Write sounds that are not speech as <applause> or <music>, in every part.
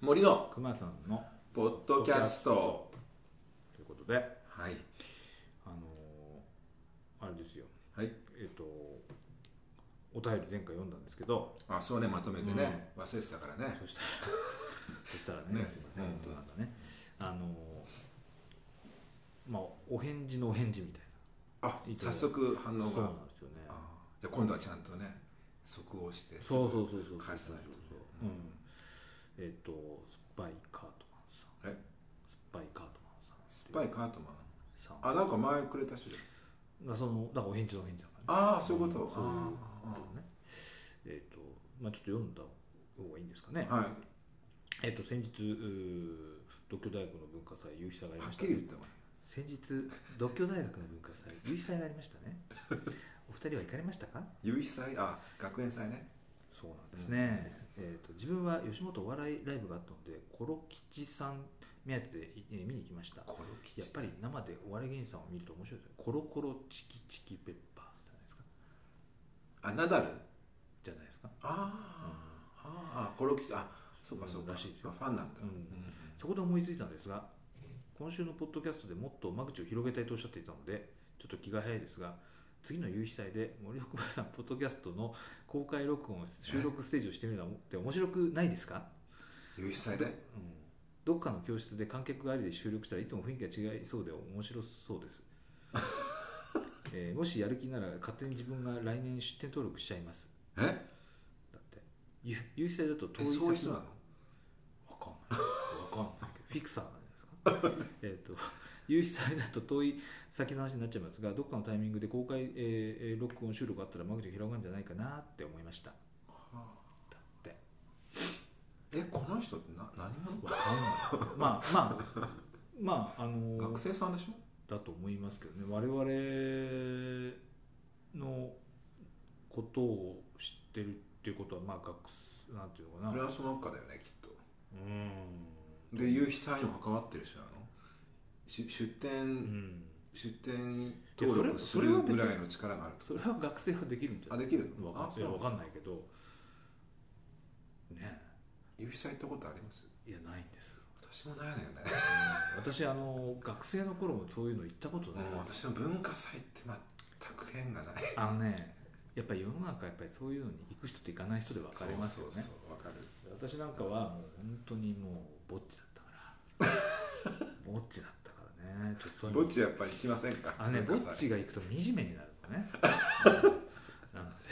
森の熊さんのポッドキャストということではいあのーあれですよはいえっ、とお便り前回読んだんですけどあそうねまとめてね、忘れてたからねそしたら <laughs> そしたらねねすいませんうん本当なんかねあのーまあお返事のお返事みたいあ早速反応ながそうなんですよねあじゃあ今度はちゃんとね即応してそうそうそうそう返さないとそうそうそううんえっ、とスパイカートマンさんえスパイカートマンさんスパイカートマンさんあなんか前くれた人じまあそのだからお返事のお返事だからねゃんああそういうこと、うんそうあねえっ、とまあちょっと読んだ方がいいんですかね、あはいえっ、と先日うー独協大学の文化祭有志祭がありはまっしきたね、り言ったわ先日独協大学の文化祭有志祭がありましたねお二人は行かれましたか夕日祭あ学園祭ねそうなんですね、えー、と自分は吉本お笑いライブがあったのでコロ吉さん目当てで、えー見に行きましたコロやっぱり生でお笑い芸人さんを見ると面白いですねコロコロチキチキペッパーズじゃないですかあナダルじゃないですかあー、あーコロキあそうかそうか、らしいですよファンなんだ、うんそこで思いついたのですが今週のポッドキャストでもっと間口を広げたいとおっしゃっていたのでちょっと気が早いですが次の夕日祭で森岡さんポッドキャストの公開録音を収録ステージをしてみるのって面白くないですか、夕日祭でうん、どこかの教室で観客がありで収録したらいつも雰囲気が違いそうで面白そうです、えーもしやる気なら勝手に自分が来年出店登録しちゃいますえだってゆ夕日祭だとえ遠いそういう人先なのわかんない。わかんないけど。フィクサーなんじゃない <laughs> ですか。えっと、有志祭だと遠い先の話になっちゃいますが、どっかのタイミングで公開、えーえー録音収録あったら間口が広がるんじゃないかなって思いました。だあって。ーえこの人ってな何わかんない。まあまあ、まあ、あ者の学生さんでしょだと思いますけどね。我々のことを知ってるっていうことは、まあ、学生、なんていうのかな。フラうンスの中だよねきっとん。で夕日祭にも関わってる人なのし出う店ん。出店いやそれ登録すそれるは別にぐらいの力があるそれは学生はできるんじゃとあないできるわあかんそういやなわのかんないけどね夕日祭行ったことありますえいやないんですよ、私もないのよね、うん私あの学生の頃もそういうの行ったことない、うん、私の文化祭って全く縁がないあのねやっぱり世の中やっぱりそういうのに行く人と行かない人で分かれますよねそうそうそう分かる私なんかはもう本当にもうぼっちだったから <laughs> ぼっちだったからねちょっとにもぼっちやっぱり行きませんかあのねぼ文化っ祭ちが行くと惨めになる <laughs> のねうんなので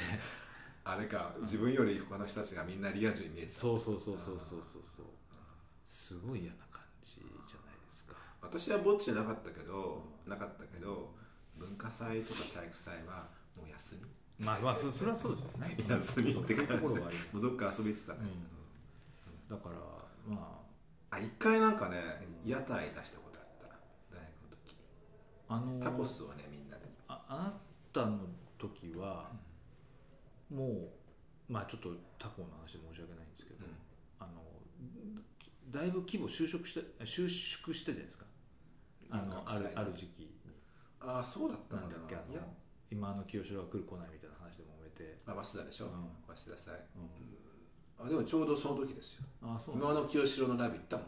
あれか自分より他の人たちがみんなリア充に見えちゃうそうそうそうそうそうそうそうすごい嫌な感じじゃないですか私はぼっちじゃなかったけどなかったけど文化祭とか体育祭はもう休まあまあそそれはそうですよねみ <laughs> 休みってそうそういう感 <laughs> とこじろではありもうどっか遊び行ってたね、うんますだからまあ一回なんかねうん屋台出したことあった大学の時ああのタコスをねみんなでああなたの時はもうまあちょっと他校の話で申し訳ないんですけど、うあのきだいぶ規模収縮した収縮したじゃないですかあの学あ祭るねある時期にんああそうだったなんんだだっけあいのや今の清志郎が来る来ないみたいな話で揉めて、あ早稲田でしうょん早稲田祭うあでもちょうどその時ですよん、あそうなん今だの清志郎のライブ行ったもん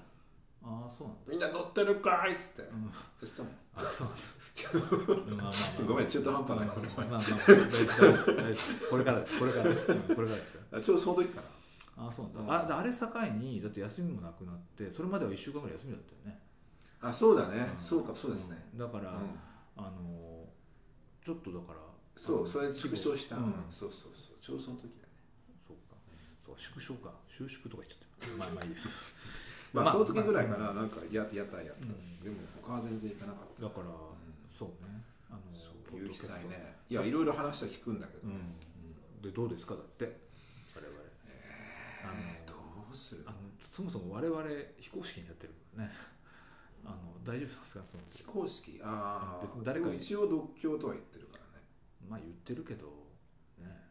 あそ <laughs> うなんだ、みんな乗ってるかーいっつってうん、そしたもんあそうなんだちょっとまあまあまあごめん中途半端なまあこれまあまあ大丈夫大丈夫これからですこれからですうんこれからですよ <laughs> あちょうどその時かなあそううなんんだあだあれ境にだって休みもなくなってそれまでは1週間ぐらい休みだったよねあそうだね、んそうかそうですね、んだから、うんあのちょっとだからそあのうそれ縮小した、うんうんそうそうそうちょうどその時だねそうかそうか縮小か収縮とか言っちゃってるまあまあいいやまあ、まあその時ぐらいかな、なんかや屋台やった、うんでも他は全然行かなかっただから、んそうねあのそポうッいうドキャ被スト災ねいやいろいろ話は聞くんだけどうね、んうんでどうですかだって我々あのどうするあのそもそも我々非公式にやってるからね <laughs> あの大丈夫なんですかその非公式あ別あに誰かにでも一応独協とは言ってるからねまあ言ってるけどね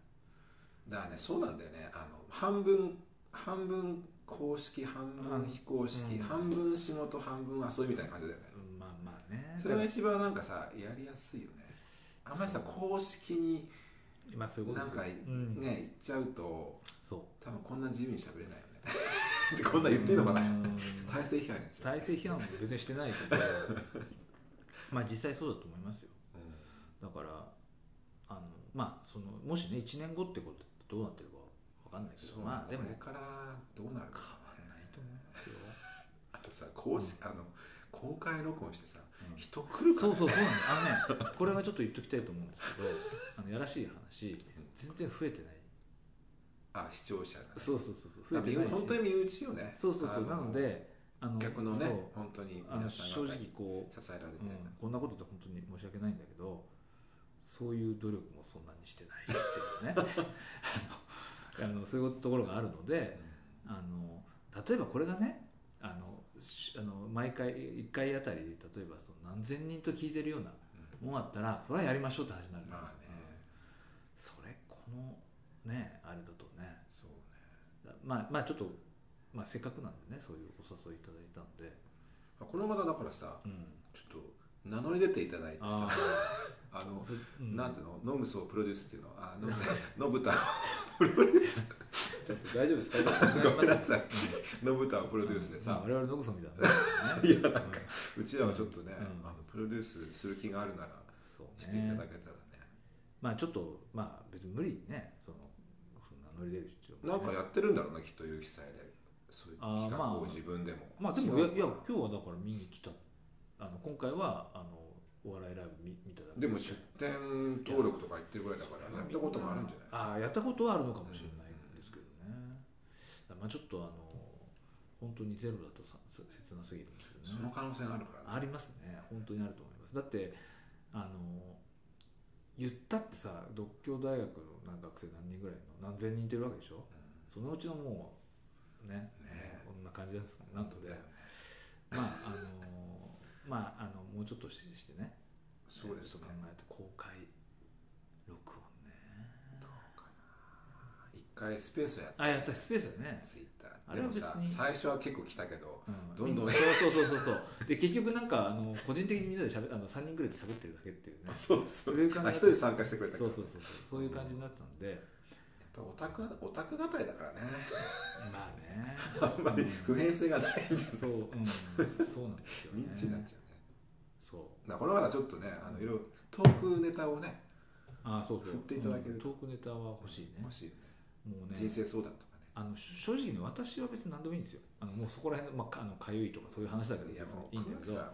だからねそうなんだよねあの半分半分公式半分非公式、うん半分仕事半分遊びみたいな感じだよね、うんまあまあねそれが一番なんかさやりやすいよねあんまりさそう公式にまあそういうこなとんかですねようん行っちゃうとそ多分こんな自由に喋れないよね <laughs> うってこんなん言っていいのかなうーん体制批判にしよう体制批判も別にしてないけど <laughs> まあ実際そうだと思いますよだからあのまあそのもしね1年後ってことでどうなってるかわかんないけどそうまあでもこれ変わからどうなるかんないと思いますよ、 <laughs> あとさ公式、あの公開録音してさうん人来るかそら、うそうそうなんだあ <laughs> のねこれはちょっと言っときたいと思うんですけどあのやらしい話全然増えてないあ視聴者がそうそうそうそだっう増えててないし本当に身内よねそうそうそあうなのであの逆のねそう本当にあの皆さん正が直こう支えられて、うん、こんなことで本当に申し訳ないんだけどそういう努力もそんなにしてないって <laughs> いうねあのあのそういうところがあるのであの例えばこれがねあのしあの毎回1回あたり例えばその何千人と聞いてるようなもんあったらそれはやりましょうって話になるうんんですよまあねそれこのねあれだとねそうねだまあまあちょっと、まあ、せっかくなんでねそういうお誘いいただいたんで、この方だからさうん、ちょっと名乗り出ていただいてあさあ <laughs> あの、うんなんていうのノムスをプロデュースっていうのあ <laughs> のノブタをプロデュースちょっと大丈夫です <laughs> か大丈夫ごめんなさいお願しますノブタをプロデュースでまあさ我々のこそみたいな、<laughs> ね、いやなんかうちらはちょっとね、うんあのプロデュースする気があるならそうしていただねけたらねまあちょっとまあ別に無理にねそのそんな乗り出る必要なもんかやってるんだろうねきっと有機祭でそういう企あーま画あを自分でもまあでもいやいや違う今のか日はだから見に来たあの今回はあのお笑いライブ見見ただなでも出店登録とか言ってるぐらいだからやったこともあるんじゃないああやったことはあるのかもしれないんですけどね、まあちょっとあの本当にゼロだとさ切なすぎるんですそよねの可能性があるからあねりますね本当にあると思いますだってあの言ったってさ独協大学のなんか学生何人ぐらいの何千人っているわけでしょそのうちのもうねうんねこんな感じですなんとでねまああのまああのもうちょっとししてねそうですちねょっと考えて公開録音ね一回スペースをやってあやったスペースだねツイッターあでれはもさ別に最初は結構来たけどうんどんどんみそうそうそうそうそうで結局なんかあの個人的にみんなでしゃべあの3人ぐらいで喋ってるだけっていうねそうそそういう感あじ一人参加してくれたそうやっそうそうそうそういう感じになったんで、ぱオタクはオタク語りだからねまあねあんまりう普ん遍性がないんじゃそう、うん、そうなんですよないね認知になっちゃうねそうだからこの方ちょっとねあのいろいろトークネタをねあそうそう振っていただけるとうんトークネタは欲しいねもしねもうね人生相談とかあのし正直ね私は別に何でもいいんですよあのもうそこら辺の、まあか、あのかゆいとかそういう話だけどねい別やにもういいんだ黒け木さんどは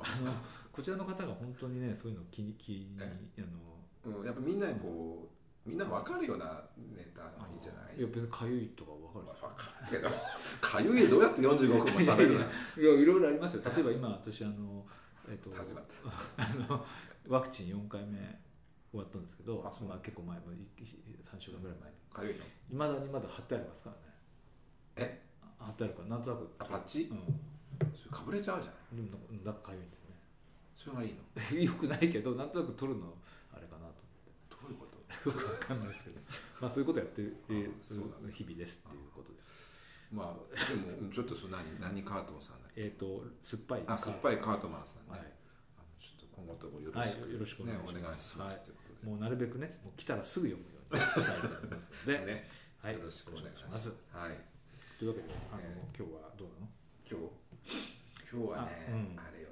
あものこちらの方が本当にねそういうの気に気にあえのう、うん、やっぱみんなにこうみんな分かるようなネタがいいんじゃないいや別にかゆいとか分まかあ分かるけど <laughs> かゆいでどうやって45分も喋るのよるいやいろいろありますよ例えば今私あのえっと始まったあのワクチン4回目終わったんですけどあそうまあ、結構前も3週間ぐらい前にかゆいのいまだにまだ貼ってありますからねえあ貼ってあるからなんとなくあパッチうんそれかぶれちゃうじゃないでもなんかうんなんかかゆいんだそれがいいのよねよくないけ <laughs> どなんとなく取るのあれかなどういうことと <laughs> よくわかんないですけどまあそういうことやってるあえそうなんだー日々ですっていうことですまあでもちょっとそれ何何カートマンさんだっけえっ、と酸っぱいあ酸っぱいカートマンさんね、はいあのちょっと今後ともよろしく,、はいよろしくお願いしますね、お願いしますはいというこもうなるべくねもう来たらすぐ読むようにしたいと思いますのとでで、 <laughs> ねはい、よろしくお願いしますよろくはいお願いしますというわけであの、え今日はどうなの今日今日はねあ,、あうんれよ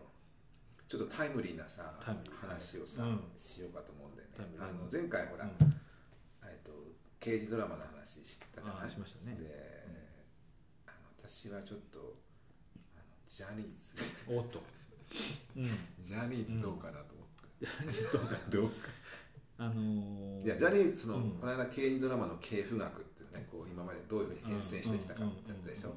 ちょっとタイムリーなさタイムリー話をさ、うんしようかと思うんだよねタイムリーあの前回ほら、うんえっと刑事ドラマの話してたじゃなあいしましたねで、あの私はちょっとあのジャニー <laughs> ズおっとうん <laughs> ジャニーズどうかなと思って、どうかどうあのー、いやジャニーズその、うんこの間刑事ドラマの系譜学っていうねこう今までどういうふうに変遷してきたかってやつでしょ、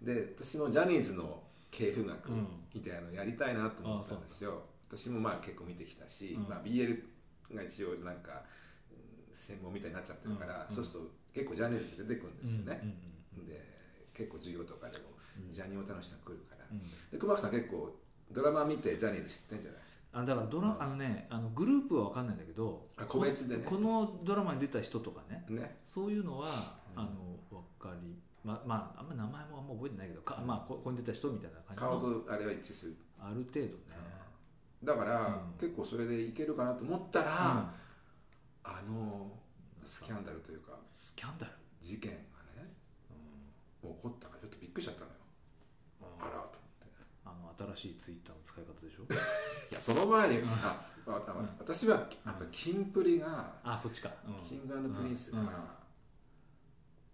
で私もジャニーズの系譜学うんみたいなのやりたいなと思ってたんですよ、私もまあ結構見てきたし、うんまあ、BL が一応なんかうん専門みたいになっちゃってるから、うんそうすると結構ジャニーズって出てくるんうんですよねう、んうんうんで結構授業とかでもうんジャニオタの人が来るから、うんで熊木さん結構ドラマ見てジャニーズ知ってんじゃないあだからドラ、あのねあのグループは分かんないんだけどあ個別でねこのドラマに出た人とかねねそういうのは、うんあの分かりままああんま名前もあんま覚えてないけどか、まあ、こここに出た人みたいな感じ顔のとあれは一致するある程度ね、だから、うん結構それでいけるかなと思ったら、ああのスキャンダルというかスキャンダル、事件がねうん起こったからちょっとびっくりしちゃったのよあらと思ってあの新しいツイッターの使い方でしょいやその前にうんあああうん私はなんかキンプリが、あそっちか、うんキングプリンスが、うんうんあ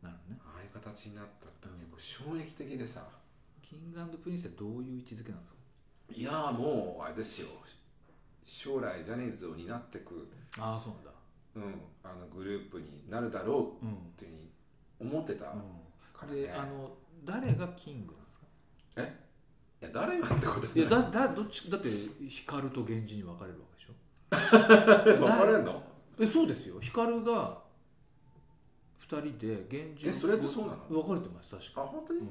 なるほどねあいう形になったって結構衝撃的でさキングプリンスってどういう位置づけなんですいやーもうあれですよ将来ジャニーズを担ってく、かああそうなんだうん、あのグループになるだろうん、うっていうふうに思ってたからね、であの誰がキングなんですかいや誰がってこといじゃやないだだどっちだって光と源氏に分かれるわけでしょ <laughs> 分かれんのえそうですよ光が2人で源氏のえそれってそうなの分かれてます確あか本当に、うん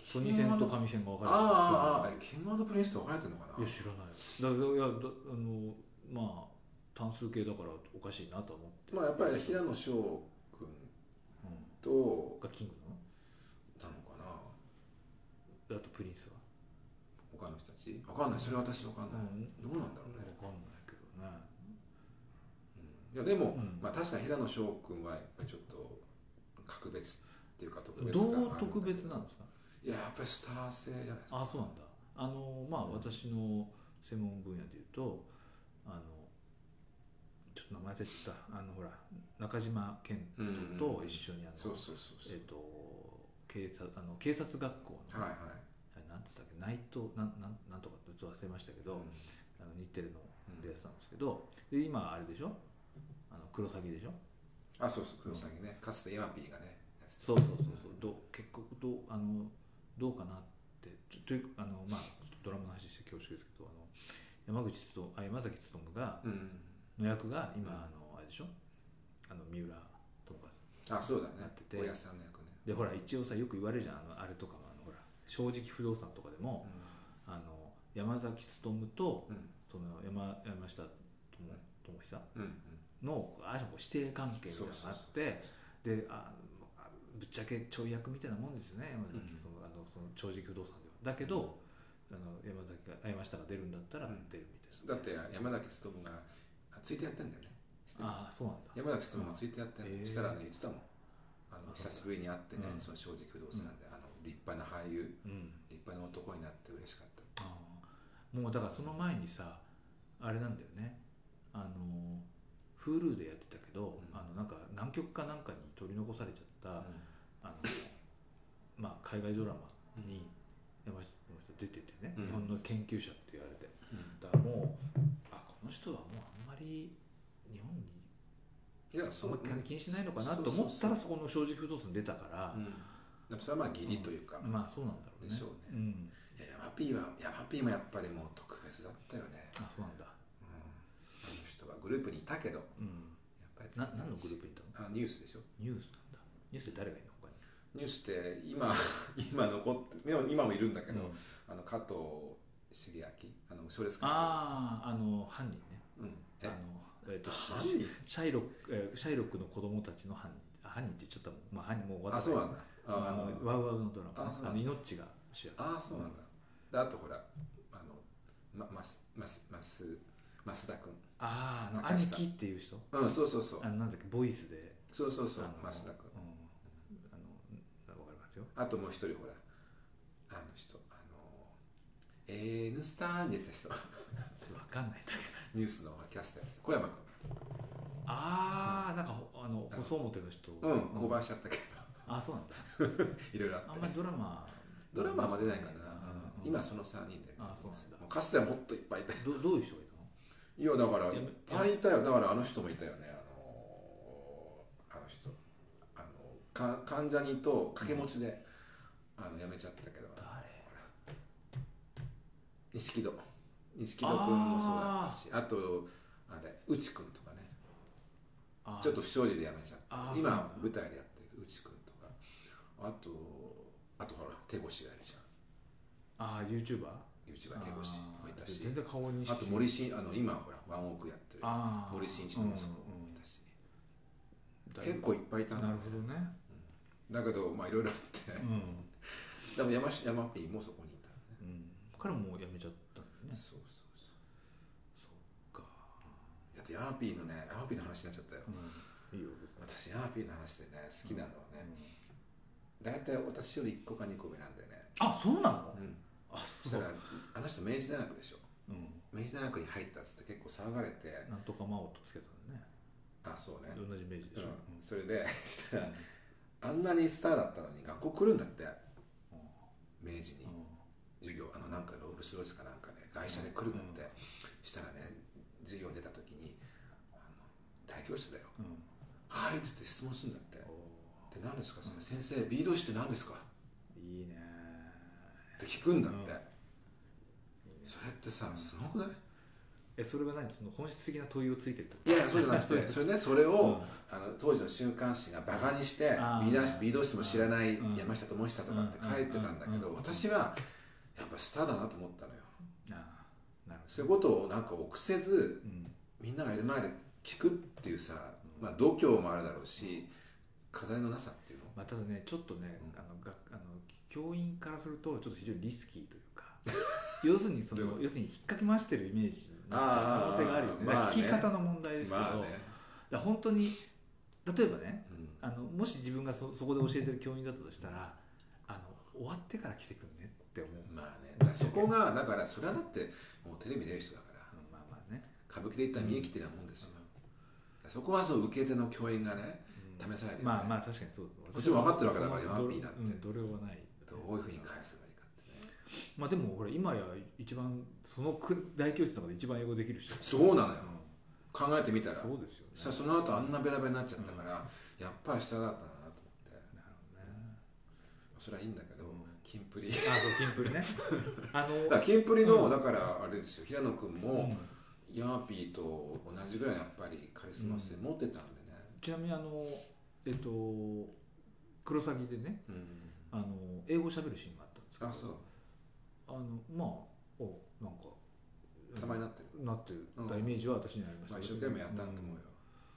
キソンニーグ線とあ神線が分かれてるああああキングプリンスと分かれてるのかいなや知らないよだからいやだあのまあ単数形だからおかしいなとは思ってまあやっぱり平野紫耀君うんとがキングなのなのかなあとプリンスは、他の人たち分かんないそれ私分かんない、どうなんだろうね分かんないけどねいやでも、うんまあ、確かに平野翔君はやっぱりちょっと格別っていうか特別感どうがある特別んだなんですかけどいややっぱりスター性じゃないですかあそうなんだあのまあうん私の専門分野でいうとあのちょっと名前忘れちゃったあのほら中島健うんうん人と一緒にあの、そうそうそうそう、えっ、と警察あの警察学校の、はいはいあれなんて言ったっけ内藤なんなんなんとかってちょっと忘れましたけど、あの日テレのうんでやってたんですけどで今あれでしょあのクロサギでしょあそうそう黒崎ねかつてヤマピーがねそうそうそうそうどう結局どうあのどうかなってとというあの、まあ、ちょっとドラマの話して恐縮ですけどあの山口努あ山崎努がうんの役が今、うんあのあれでしょあの三浦とかあそうだなねってておやさんの役ねでほら一応さよく言われるじゃんあのあれとかもあのほら正直不動産とかでもあの山崎努とうんその山山下智智久うんうんのある師弟関係みたいなのがあってでああぶっちゃけちょい役みたいなもんですよね山う崎、んそのあのその長直不動産ではだけど、あの山崎が山下が出るんだったらうん出るみたいな、だって山崎努があツイッターやってんだよね知ってるああそうなんだ山崎努がツイッターやってんの、うんしたらね言ってたもんあのあそう久しぶりに会ってね、うんその正直不動産で、あの立派な俳優うん立派な男になって嬉しかったああもうだからその前にさあれなんだよねあの Hulu でやってたけど、うんあのなんか南極かなんかに取り残されちゃった、あのまあ海外ドラマに山下出ててね、うん日本の研究者って言われてだからもうあこの人はもうあんまり日本にいやそあんうまり気にしないのかなそうとそうそう思ったらそこの正直不動産出たからう、んでもそれはまあ義理というか、まあそうなんだろうでねしょうねん、いやヤマピーはヤマピーもやっぱりもう特別だったよね、あそうなんだ、うん、あの人はグループにいたけどやっぱうん、り全な然何のグループにいたのあニュースでしょニュースなんだニュースで誰がいるの他にニュースって今今残って今今もいるんだけど、うんあの加藤茂明あの小説家あああの犯人ねうんあえのえっとシ犯人シャイロックえーシャイロックの子供たちの犯人あ犯人って言っちゃったもん、まあ、犯人もう終わあっそたうなんだあのワあウワウのドラあマそうなあんのだ命が主役あそうなんだであとほらあのまますますます増田君ああ高あの橋兄さん貴っていう人うんそうそうそうあのなんだっけボイスでそうそうそうあの増田君うんあのわかりますよあともう一人ほらあの人あの「N スター」に出てた人それわかんないんだけ <laughs> どニュースのキャスターです小山君ああなんかほあの細表の人うん降板しちゃったけど <laughs> あそうなんだいろいろああんっまてりドラマドラマは出ないかな、うん今その3人であそうなんだもうかつてはもっといっぱいいたいどどういう人がいたのやだからいっぱいいたよだからあの人もいたよねあのーあの人あのか関ジャニと掛け持ちで、あの辞めちゃったけど誰錦戸錦戸君もそうだったしあとあれ内君とかねあーちょっと不祥事でやめちゃっあたーそうなん今だ舞台でやってる内くんとかあとあとほら手越がいるじゃああ YouTuber ん YouTuber 手越もいたし全然顔にあと森進あの今ほらワンオークやってるあー森進一の息子もいたし、結構いっぱいいたなのるほどねだけどまあいろいろあって、うんでも山下山ピーもそこにいたのね、うん彼も辞めちゃったんだよねそうそうそうそっかだって山ピーのね山ピーの話になっちゃったよ、うんいいよ別私に山ピーの話でね好きなのはね、大体私より1個か2個上なんだよね、あそうなのうん、あそしすたごいら、あの人明治大学でしょうん、明治大学に入ったっつって結構騒がれてなんとか魔王とつけたのねあそうね、同じイメージでしょ、うん、それでしたらあんなにスターだったのに学校来るんだって明治に授業あのなんかローブスロイスかなんかで外車で来るんだって、うんしたらね授業に出た時にあの大教室だようんうん「はい」っつって質問するんだって「おで何ですか?」っつっうんて先生 B 同士って何ですか?」ーいいねって聞くんだって、うんそれってさうんすごくないえそれが何その本質的な問いをついてるってこいやいやそうじゃな <laughs> くてそれねそれとを、あの当時の週刊誌がバカにしてあー B 同士 B 同士も知らないうん山下智久とかって書いてたんだけうどん私はやっぱスターだなと思ったのようんあーなるほどそういうことをなんか臆せずうんみんながいる前で聞くっていうさ、まあ、度胸もあるだろうし飾りのなさっていうのまあ、ただねちょっとね、うんあのがあの教員からするとちょっと非常にリスキーというか <laughs> 要するにそどういうのこと要するに引っ掛け回してるイメージになっちゃう可能性があるよねあーまあだから聞き方の問題ですけど、まあね、だから本当に例えばねうんあのもし自分がそそこで教えてる教員だったとしたらあの終わってから来てくんねって思う、まあねだからそこがだからそれはだってもうテレビ出る人だからうんまあまあね、歌舞伎で言ったら見えきってなもんですよ、そこはその受け手の教員がねうん試されるよねまあまあ確かにそうこっちも分かってるわけだからそのワンピーだってうん度量はないどういうふうに返せばいいかってねまあでもほら今や一番そのく大教室の中で一番英語できる人そうなのよん考えてみたらそうですよねそしたらその後あんなベラベラになっちゃったから、やっぱり下だったなと思ってなるそれはいいんだけど、うんキンプリほどねあそうキンプリね <laughs> あのだからキンプリの、うんだからあれですよ平野君うもんヤーピーと同じぐらいやっぱりカリスマ性持ってたんでね、ちなみにあのえっとクロサギでねうんあの英語喋るシーンがあったんですけどあそうあのまあおなんか様になってる、なってるだイメージは私にはありましまたあ、け一ど、生懸命やったんだと思うよ、うん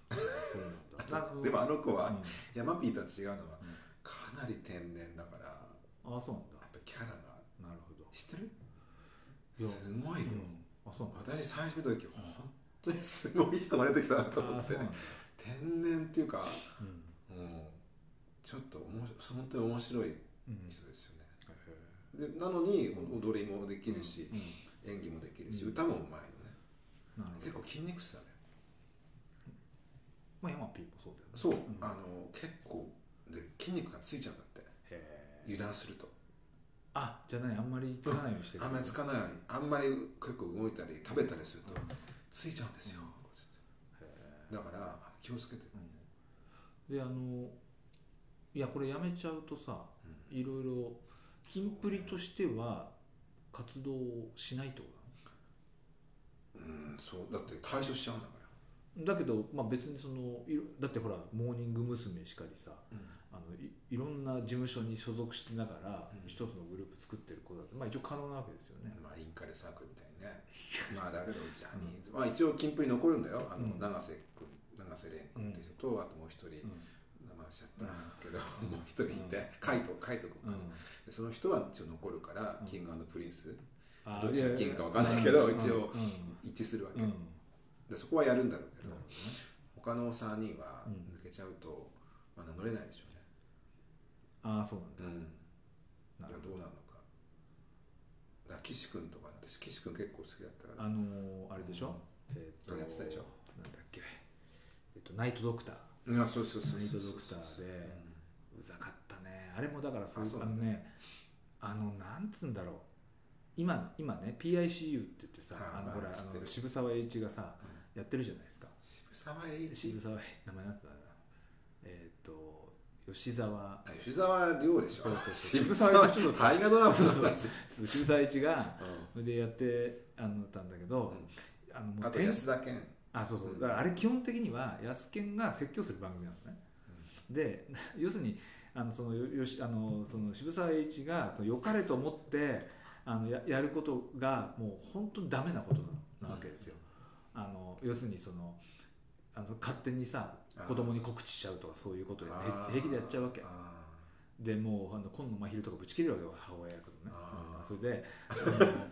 そうなんだ <laughs> でもあの子あは、うんヤマピーとは違うのはうんかなり天然だからやあそうなん <laughs> っぱキャラがだなるほど知ってるいやすごいよ、うんあそうなんだ私最初見た時本当にすごい人が出てきたなと思あっそてうなんだ、天然っていうか、うんうん、ちょっとおもし本当に面白いうん人ですよねでなのに踊りもできるし、うん演技もできるし、うん歌もうまいのねなるほど結構筋肉質だねまあヤマピーもそうだよねそう、んあの結構で筋肉がついちゃうんだってへえ油断するとあじゃないあんまりつかないようにしてあんまりつかないようにあんまり結構動いたり食べたりするとうんへついちゃうんですよ、うんこうやってえだから気をつけて、であのいやこれやめちゃうとさいろいろキンプリとしては活動をしないってこうん、そうだって対処しちゃうんだかとだけど、まあ、別にそのいろだってほらモーニング娘。しかりさら、あのいいろんな事務所に所属してながらうん一つのグループ作ってる子だって、まあ、一応可能なわけですよね、まあインカレサークルみたいにねまあだけどジャニーズ、まあ一応キンプリ残るんだよあの、うん永瀬君永瀬廉君っていう人と、あともう一人、名前しちゃったけど、 <laughs> うんもう一人いて海斗海斗君うかんな、うんでその人は一応残るから、うんキングプリンスあどっちいやが金かわかんないけどうん一応うんうん一致するわけ、うんでそこはやるんだろうけど、なるほどね他の3人はうん抜けちゃうと、まあ、名乗れないでしょうねああそうなんだ、うんなるほどどうなるのかだから岸君とか私岸君結構好きだったからあのー、あれでしょ、えーやってたでしょなんだっけえっとナイトドクターいやそうそうそうナイそトうドクターでうざかったねあれもだからそういあそううあなんのねあのなんつうんだろう今今ね PICU って言ってさあーあのほらまあ知ってあのる渋沢栄一がさうんやってるじゃないですか渋沢栄一渋沢栄一名前なんつうんだろうなえっ、と吉 <laughs> あ沢吉沢亮でしょそうそうそう渋沢渋沢栄大一の河ドラマの話渋沢栄一がうんそれでやってあのたんだけど、あのもあうと天安田健あそうそう、うんだからあれ基本的にはヤスケンが説教する番組なのね、で <laughs> 要するにあのそのよよしあのその渋沢栄一がその良かれと思ってあのややることがもう本当にダメなことななわけですよ、あの要するにそのあの勝手にさ子供に告知しちゃうとかそういうことであー平気でやっちゃうわけあでもうあの今野真昼とかぶち切れるわけよ母親役のねあうんそれであの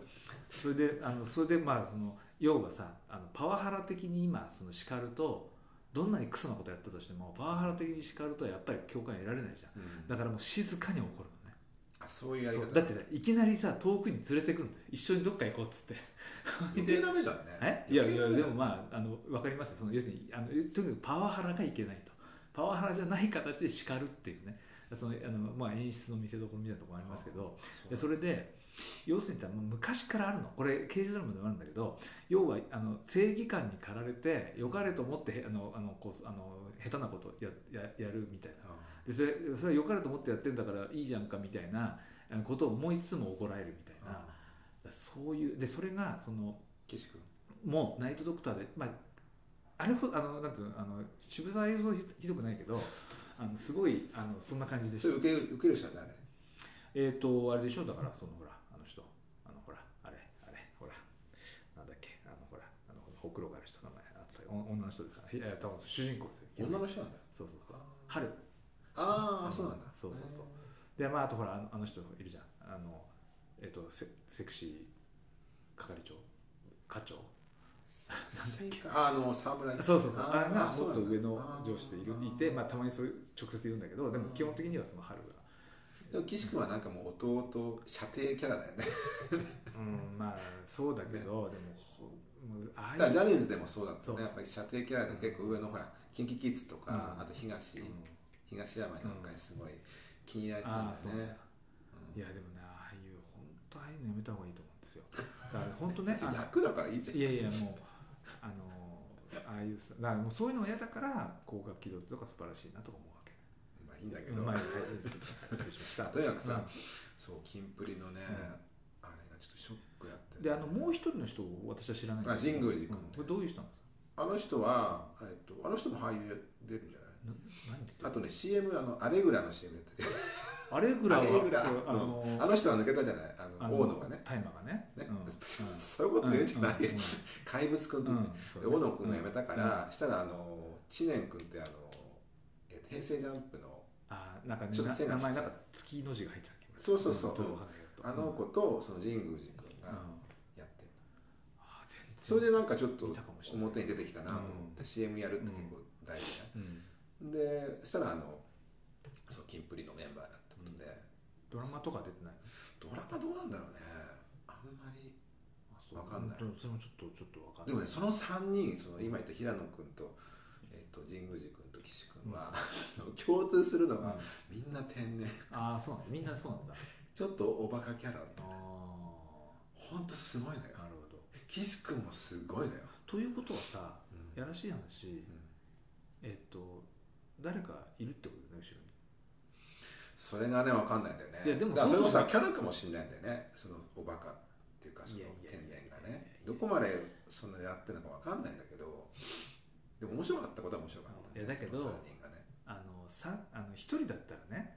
<laughs> それであのそれでまあその要はさあのパワハラ的に今その叱るとどんなにクソなことやったとしてもパワハラ的に叱るとやっぱり共感得られないじゃんだからもう静かに怒るのねあそういうやりそ方うだってねいきなりさ遠くに連れてくんだよ一緒にどっか行こうっつって余計ダメじゃんねえいやいや余計でダメだよもまああの分かりますよその要するにあのとにかくパワハラがいけないとパワハラじゃない形で叱るっていうねそのあの、まあ、演出の見せ所みたいなところありますけどでそれで要するに言ったらもう昔からあるのこれ刑事ドラマでもあるんだけど要はあの正義感に駆られてよかれと思ってへあのあのこうあの下手なことをやややるみたいなでそれそれはよかれと思ってやってんだからいいじゃんかみたいなあのことを思いつつも怒られるみたいうんなそういうでそれがその岸君もうナイトドクターで、まあ、あれほあのなんていうのあの渋沢映像ひひどくないけどあのすごいあのそんな感じでしそれた受け受ける人は誰えっ、とあれでしょだからそのほらあの人あのほらあれあれほらなんだっけあのほらあのほくろがある人名前あったお女の人ですからいや多分主人公ですよ女の人なんだよそうそうそうあ春あーそうなんだそうそうそうでまああとほらあのあの人いるじゃんあのえっ、とセセクシー係長課長ああの沢村そうそうそうあれがそもっうなとんだ上の上司でいるいて、まあ、あたまにそういう直接言うんだけどでもうん基本的にはその春が、ーでも岸君はなんかもう弟射程キャラだよねうん、まあそうだけど、でもほもうあだからあいうジャニーズでもそうだったそうねやっぱり射程キャラで結構上のほらキンキキッズとか、うんあと東、うん東山なんかにすごい気になりてたんあだあそうよねね、いやでもねああいう本当ああいうのやめた方がいいと思うんですよだから本 <laughs> 当ね別に楽だからいいじゃんいやいやもうあのああいうさだからもうそういうのが嫌だから高額機動とか素晴らしいなとか思うわけまあいいんだけど、まあはい失礼しましたとにかくさ、うんそうキンプリのね、んあれがちょっとショックやってであのもう一人の人を私は知らないんだけどあ神宮寺君うんこれどういう人なんですかあの人は、えっと、あの人も俳優や出るんじゃないな何であとね CM あのアレグラの CM やってるアレグラはアレグラあのあの人は抜けたじゃないああのの大野がね大麻がねねうんうん <laughs> そういうこと言うんじゃないよ、うん怪物くんとうね、んで大野くんが辞めたから、したらあの知念くんってあのえ平成ジャンプのあーなんかねちょっと背なが名前なんか月の字が入ってたっけそうそうそうんちょっとわかんないけどあの子とその神宮寺くんうんがやってる、あーそ全然れでなんかちょっと見たかもしれない表に出てきたなと思って、う CM やるって結構大事じゃんうんでそしたらあのそうキンプリのメンバーだってことで、ドラマとか出てないドラマどうなんだろうねあんまりあそうわかんない本当それもちょっとちょっとわかんないでもねその3人その今言った平野君と,、えっと神宮寺君と岸君は、 <laughs> 共通するのうんがみんな天然ああそうなんだみんなそうなんだちょっとおバカキャラああほんとすごいのよなるほど岸君もすごいのよ、ということはさうんやらしい話うんえっと誰かいるってことだよね後ろにそれがね分かんないんだよねいやでもだからそれもそさうキャラかもしれないんだよねそのおバカっていうかそのいやい天やいや然がいやねどこまでそんなやってるのか分かんないんだけどでも面白かったことは面白かったいやだけどその三人がね、あのさあの一人だったらね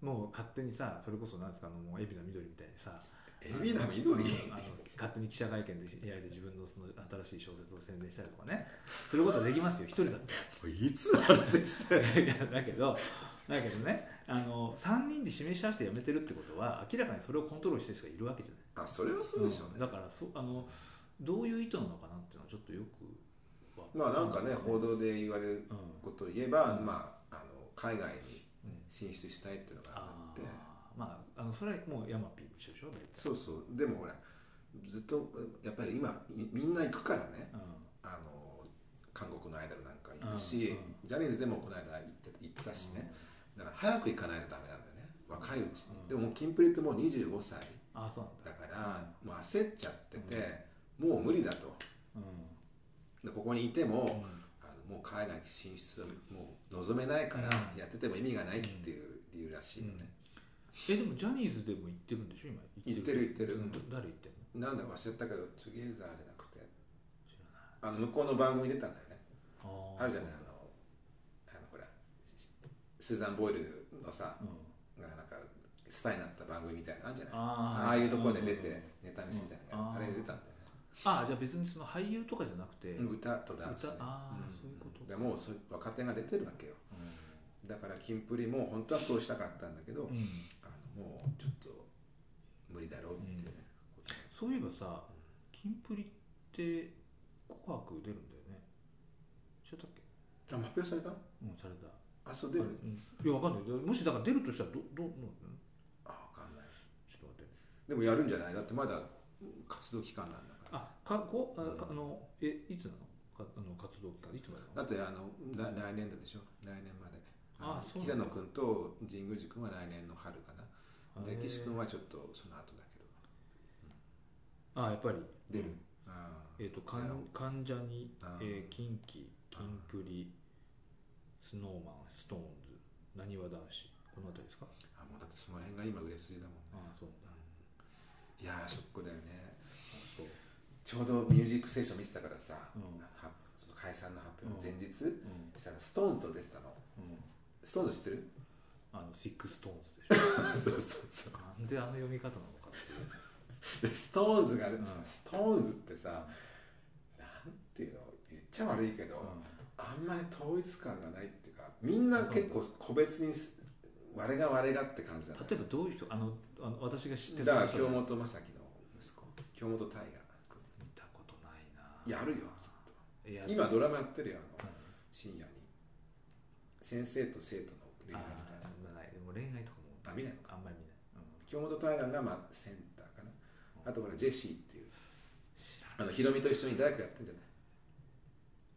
もう勝手にさそれこそなんですかあのもう海老名緑みたいにさうん、エビナ緑あ <laughs> のあの勝手に記者会見でやいで自分のその新しい小説を宣伝したりとかねすることはできますよ一人だったいつの話してるらいやだけどだけどねあの3人で示し合わせてやめてるってことは明らかにそれをコントロールしてる人がいるわけじゃないあそれはそうでしょうね、だからそあのどういう意図なのかなっていうのはちょっとよくわまあなんかね報うん道で言われることを言えば、まあ、あの海外にうん進出したいっていうのがああってーまああのそれはもうヤマピーも一緒でしょ大体そうそうでもほらずっとやっぱり今いみんな行くからね、うあの韓国のアイドルなんか行くし、うんジャニーズでもこの間行って行ったしんね、だから早く行かないとダメなんだよね若いうちに、うんでももうキンプリってもう25歳ああそうなんだだから、もう焦っちゃってて、もう無理だとうでここにいてんも、あのもう海外進出はもう望めないから、うんやってても意味がないっていう理由らしいのね、えでもジャニーズでも行ってるんでしょ今行ってる行ってるうん誰行ってるのなんだか忘れたけどトゥゲーザーじゃなくて知らないあの向こうの番組出たんだよねあーあるじゃないあのあのほらスーザン・ボイルのさ、うんなんかなんかスターになった番組みたいなのあるんじゃないああーあいうところで出うんうんうてんネタ見せみたいなのうんがあれ出たんだよねああじゃあ別にその俳優とかじゃなくて、歌とダンスね歌あーそういうことでもうそう若手が出てるわけよだからキンプリも本当はそうしたかったんだけど、うんあのもうちょっと無理だろうっていうね、ことそういえばさキンプリって「紅白」出るんだよね知ったっけあ発表されたうん、された。あそう出るうんいや、わかんない。もしだから出るとしたらど、ど、どうなのあ分かんないちょっと待って。でもやるんじゃないだってまだ活動期間なんだからあ、か、こ、あ、かあの、え、いつなのかあの活動期間、いつまでだなのってあのら来年度でしょ来年までのあそう平なんだ野君と神宮寺君は来年の春かなで岸君は。はちょっとその後だけどあ、やっぱり。出るうんあーえっ、と、かじゃん、関ジャニあ、えー、キンキ、キンプリ、スノーマン、ストーンズ、なにわ男子、このあたりですかああもうだってその辺が今売れ筋だもんねあそうだ。いやーショックだよねあそう。ちょうど「ミュージックステーション」見てたからさ、うんはその解散の発表うの前ん日、うん。したらストーンズと出てたのうん。ストーンズ知ってる <laughs> あの、シックストーンズでしょ。そうそうそう <laughs> なんであの読み方なのかっていう。でストーンズが、んストーンズってさなんていうの言っちゃ悪いけど、あんまり統一感がないっていうかみんな結構個別にす我が我がって感じだね例えばどういう人あのあの私が知ってだからその京人本政樹の息子京本大見たことないな我やるよきっいやと今ドラマやってるよあうんの深夜に先生と生徒の恋あ愛みたいなーないでも恋愛とかもあ見ないのかあんまり見ない、うん、京本大我がまあセンターかなあとほらジェシーっていう知らあのヒロミと一緒に大学やってんじゃない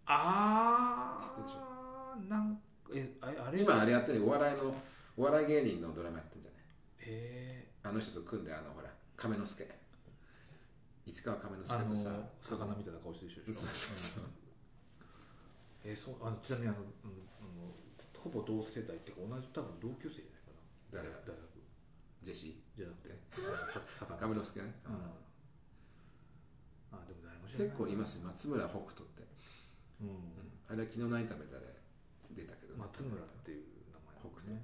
あ知ってるでしあなんえあれあれ今あれやってるお笑いのお笑い芸人のドラマやってんじゃないえあの人と組んであのほら亀之助市川亀之ー、あ助のとさ魚みたいな顔してるそでうしょそうそううんえー、そうあのちなみにあの、うん、あのほぼ同世代っていうか同じ多分同級生じゃないかな誰大学ジェシじゃなくてえあのさー亀魚之助ね、うんあでも誰も知らない結構いますよ松村北斗って、うん、あれは昨日何食べたで出たけどね、松村っていう名前北なんで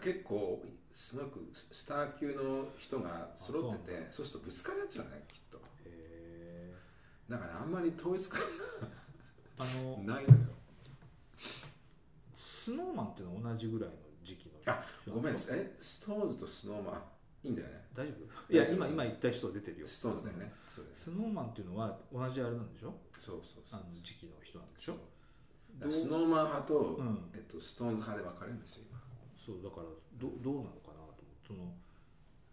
斗、だねから結構すごくスター級の人が揃っててそうするとぶつかり合っちゃうねきっとへーだからあんまり統一感あのがないのよスノーマンっていうのは同じぐらいの時期のあごめん大えストーンズとスノーマンいいんだよね丈夫いや大丈夫今今言った人出てるよストーンズだよねそうですスノーマンっていうのは同じあれなんでしょそうそうそあうの時期の人なんでしょだからスノーマン派と、うんえっと、ストーンズ派で分かれるんですよ今そうだからどどうなのかなと思ってその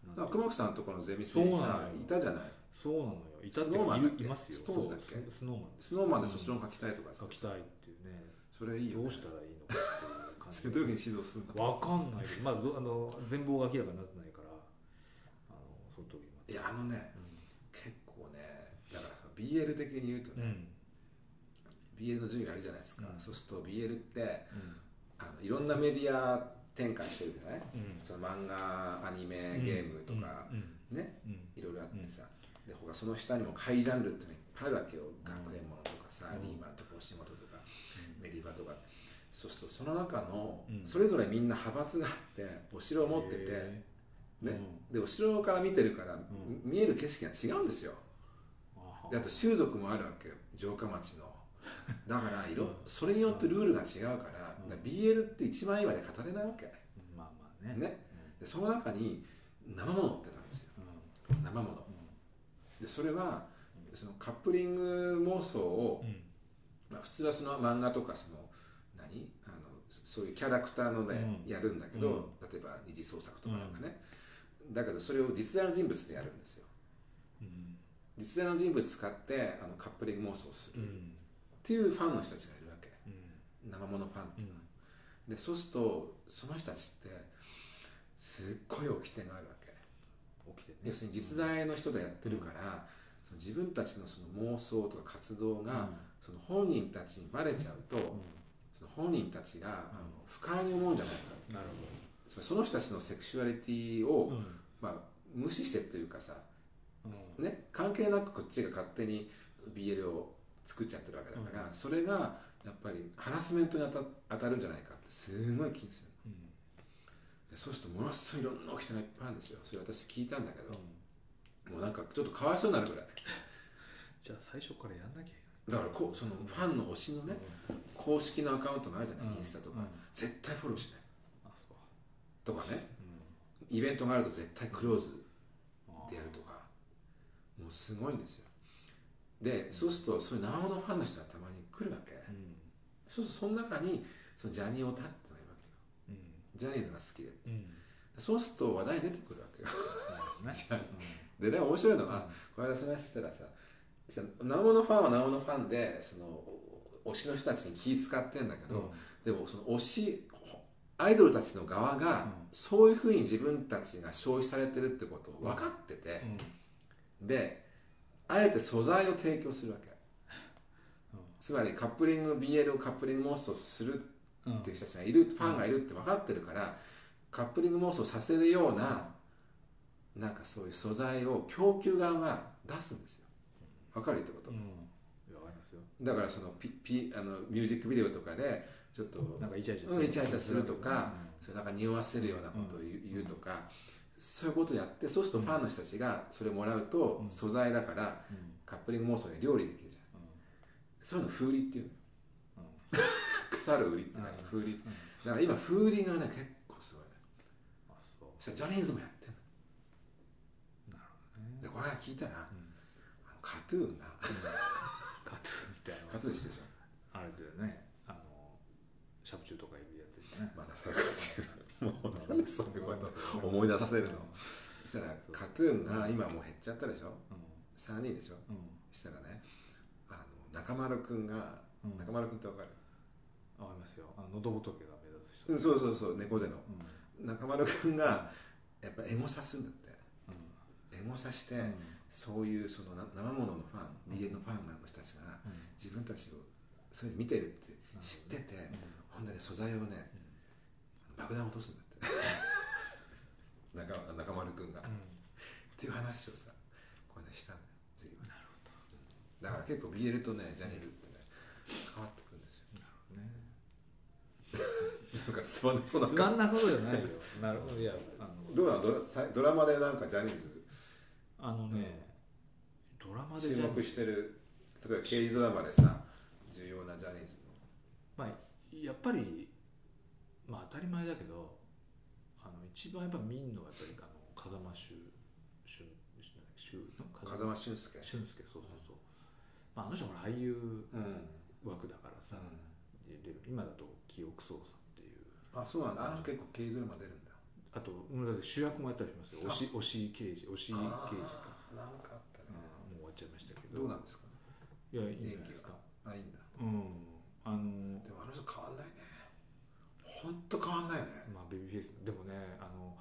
なだんていうから熊木さんのとこのゼミ生にそうさなのよいたじゃないそうなのよいたっスてノーマンだっいけるいますスよトーンズだっけそうススノースノーマンマンでそ卒論書きたいとかさ書きたいっていうねそれいいよ、ね、どうしたらいいのかっ <laughs> それていう感じどういうふうに指導するのわかんないけど、まあ、どあの全貌が明らかになってないから、あのその時までいやあのね結構ねだから BL 的に言うとうん、うね、ん BL の授業あるじゃないですか、うんそうすると BL ってあのいろんなメディア展開してるじゃないうんその漫画アニメゲームとか、うんねうんうんいろいろあってさ、で他その下にも怪ジャンルってのいっぱいあるわけよ、学園ものとかさ、うんリーマンとか吉本とか、メリバとかそうするとその中の、うんそれぞれみんな派閥があってお城を持ってて、へーねでお城から見てるから、ん見える景色が違うんですようんあはであと習俗もあるわけよ城下町 <laughs> のだから色、それによってルールが違うから,、うん BL って一枚岩で語れないわけうんまあまあねねでその中に生ものってなんですようん生ものうんでそれはそのカップリング妄想を、うんまあ、普通はその漫画とかその何あのそそういうキャラクターのね、うんやるんだけど、うん例えば二次創作とかなんかね、だけどそれを実在の人物でやるんですようん実在の人物使ってあのカップリング妄想をすうる、っんていうファンの人たちがいるわけうん生物ファンってういんうのは、でそうするとその人たちってすっごい掟があるわけ起きてね要するに実在の人でやってるから、その自分たちのその妄想とか活動が、その本人たちにバレちゃうと、うんその本人たちが、あの不快に思うんじゃないかなるそその人たちのセクシュアリティほを、どうんまあ、無視してっていうかさ、うんね、関係なくこっちが勝手に BL を作っちゃってるわけだから、それがやっぱりハラスメントに当た当たるんじゃないかってすごい気にするうんでそうするとものすごいいろんな人がいっぱいあるんですよそれ私聞いたんだけうど、んもうなんかちょっとかわいそうになるぐらいじゃあ最初からやんなきゃいだからこうそのファンの推しのけなねい公式のアカウントがあるじゃない、うんインスタとか、うん絶対フォローしないあそうとかねうんイベントがあると絶対クローズあでやるとかもうすごいんですよでそうするとそういう生物ファンの人がたまに来るわけうんそうするとその中にそのジャニオタってのがいるわけようんジャニーズが好きでうんそうすると話題出てくるわけよ <laughs> なるほどねじゃあででも面白いのは、この間その話したらさそのナオのファンはナオのファンでその推しの人たちに気使ってんだけうんど、でもその推しアイドルたちの側が、そういうふうに自分たちが消費されてるってことを分かってて、うんであえて素材を提供するわけつまりカップリング BL をカップリング妄想するうんっていう人たちがいる、ファンがいるって分かってるからカップリング妄想させるようななんかそういう素材を供給側が出すんですよ分かるってことうんいやわかりますよだからそのピピあのミュージックビデオとかでちょっとなんかイチャイチャうんイチャイチャするとかそれなんか匂わせるようなことを言う,、言うとかそういうことをやってそうするとファンの人たちがそれもらうとうん素材だからうんカップリング妄想で料理できるじゃんそういうの風鈴っていうのうん腐る売りってないうん風鈴うんだから今風鈴がね結構すごいねあそうそしたらジャニーズもやってるなるほどねでこれ聞いたらあのうんカトゥーンがカトゥーンってあカトゥーンしてるでしょのあれだよねあのシャプチューとかいるやつですねまだそういうこともうなんでそういうこと思い出させるのそしたらカトゥーンが今もう減っちゃったでしょう3人でしょんそしたらねあの中丸くんがうんうん中丸くんってわかる、わかりますよあの喉仏が目立つ人うん、そううそうそう猫背のん中丸くんがやっぱエゴサするんだっうんてエゴサして、うんそういうそのな生もののファンうん BL のファンの人たちがうん自分たちをそういうの見てるって知ってて、ほんでね素材をね爆弾落とすんだって <laughs> 中中丸くんが、うっんていう話をさこれねしたんだよ次はなるほどだから結構 BL とねジャニーズってね変わってくるんですようんねなんかつまんなそうだ不から安なことじゃないよなるほどいやあのどうなのドラさドラマでなんかジャニーズあのねドラマで注じゃ目してる例えば刑事ドラマでさ重要なジャニーズまあやっぱりまあ当たり前だけどあの一番やっぱ見んのはやっぱりあの風間俊俊俊の風間俊介俊介そうそうそう、まあ、あの人はほら俳優うん、枠だからさ、で今だと記憶操作っていうあそうなんだあの人結構刑事ドラマ出るんだあとうんだって主役もやったりしますよ推し推し刑事推し刑事あーか、なんかあったねうん、もう終わっちゃいましたけどどうなんですかいやいいんじゃないですかあいいんだうんあのでもあの人変わんないねほんと変わんないよねまあ、ベビーフェイスでもねあの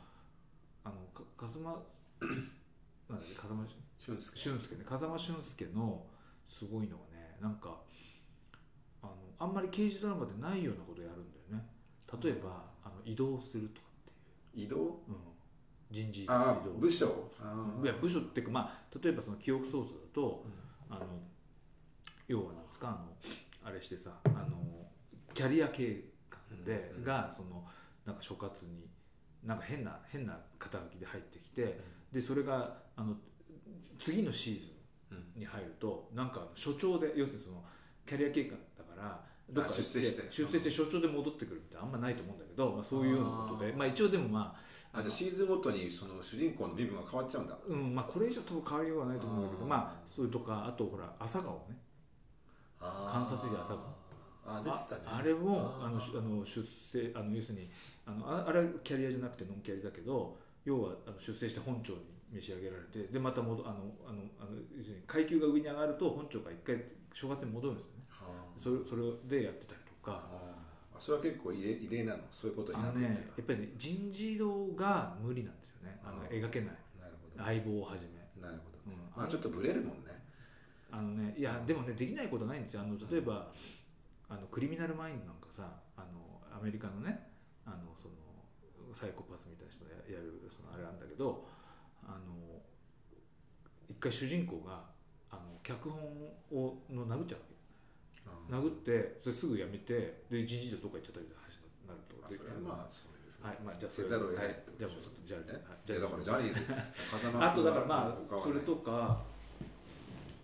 あのか風間 <clears throat> なんだっけ風間俊介俊介ね風間俊介のすごいのはねなんかあのあんまり刑事ドラマでないようなことやるんだよね例えば、あの移動するとかって移動いう、うん、人事異動ああ移動部署あいや部署っていうかまあ例えばその記憶操作だと、あの要はなんですかあのあれしてさあのキャリア計画で、うんがそのなんか所轄になんか変な変な肩書きで入ってきてでそれがあの次のシーズンに入るとなんか所長で要するにそのキャリア計画だからどっか行っ出世して出世して所長で戻ってくるってあんまないと思うんだけど、まあ、そういうようなことであーまあ一応でもまああじゃあシーズンごとにその主人公の身分が変わっちゃうんだうんまあ、これ以上と変わりようはないと思うんだけどあーまあそれとかあとほら朝顔ね観察医が朝あ出てたねああれもあのしーあの出世あの要するにあのああれはキャリアじゃなくてノンキャリだけど要はあの出世して本庁に召し上げられてでまた戻あのあのあの要するに階級が上に上がると本庁が一回正月に戻るんですよねあーそれそれでやってたりとかあそれは結構異例異例なのそういうことあになっのてるっていねうやっぱりね人事異動が無理なんですよねあのあー描けないのはなるほど相棒をはじめなるほどうんまあちょっとブレるもんねあのねいやでもねできないことないんですよあの例えば、あのクリミナルマインドなんかさあのアメリカのねあのそのサイコパスみたいな人がややるそのあれなんだけどあの一回主人公があの脚本をの殴っちゃううんわけ殴ってそれすぐやめてで人事でどっか行っちゃったりとかなるとあそれはまあそういうふうにはいまあじゃあせざるを得ないはっいてことじゃあもうちょっとじゃあ、ねはいいやだからジャニーズ風間君 <laughs> あとだからま他あはそねれとか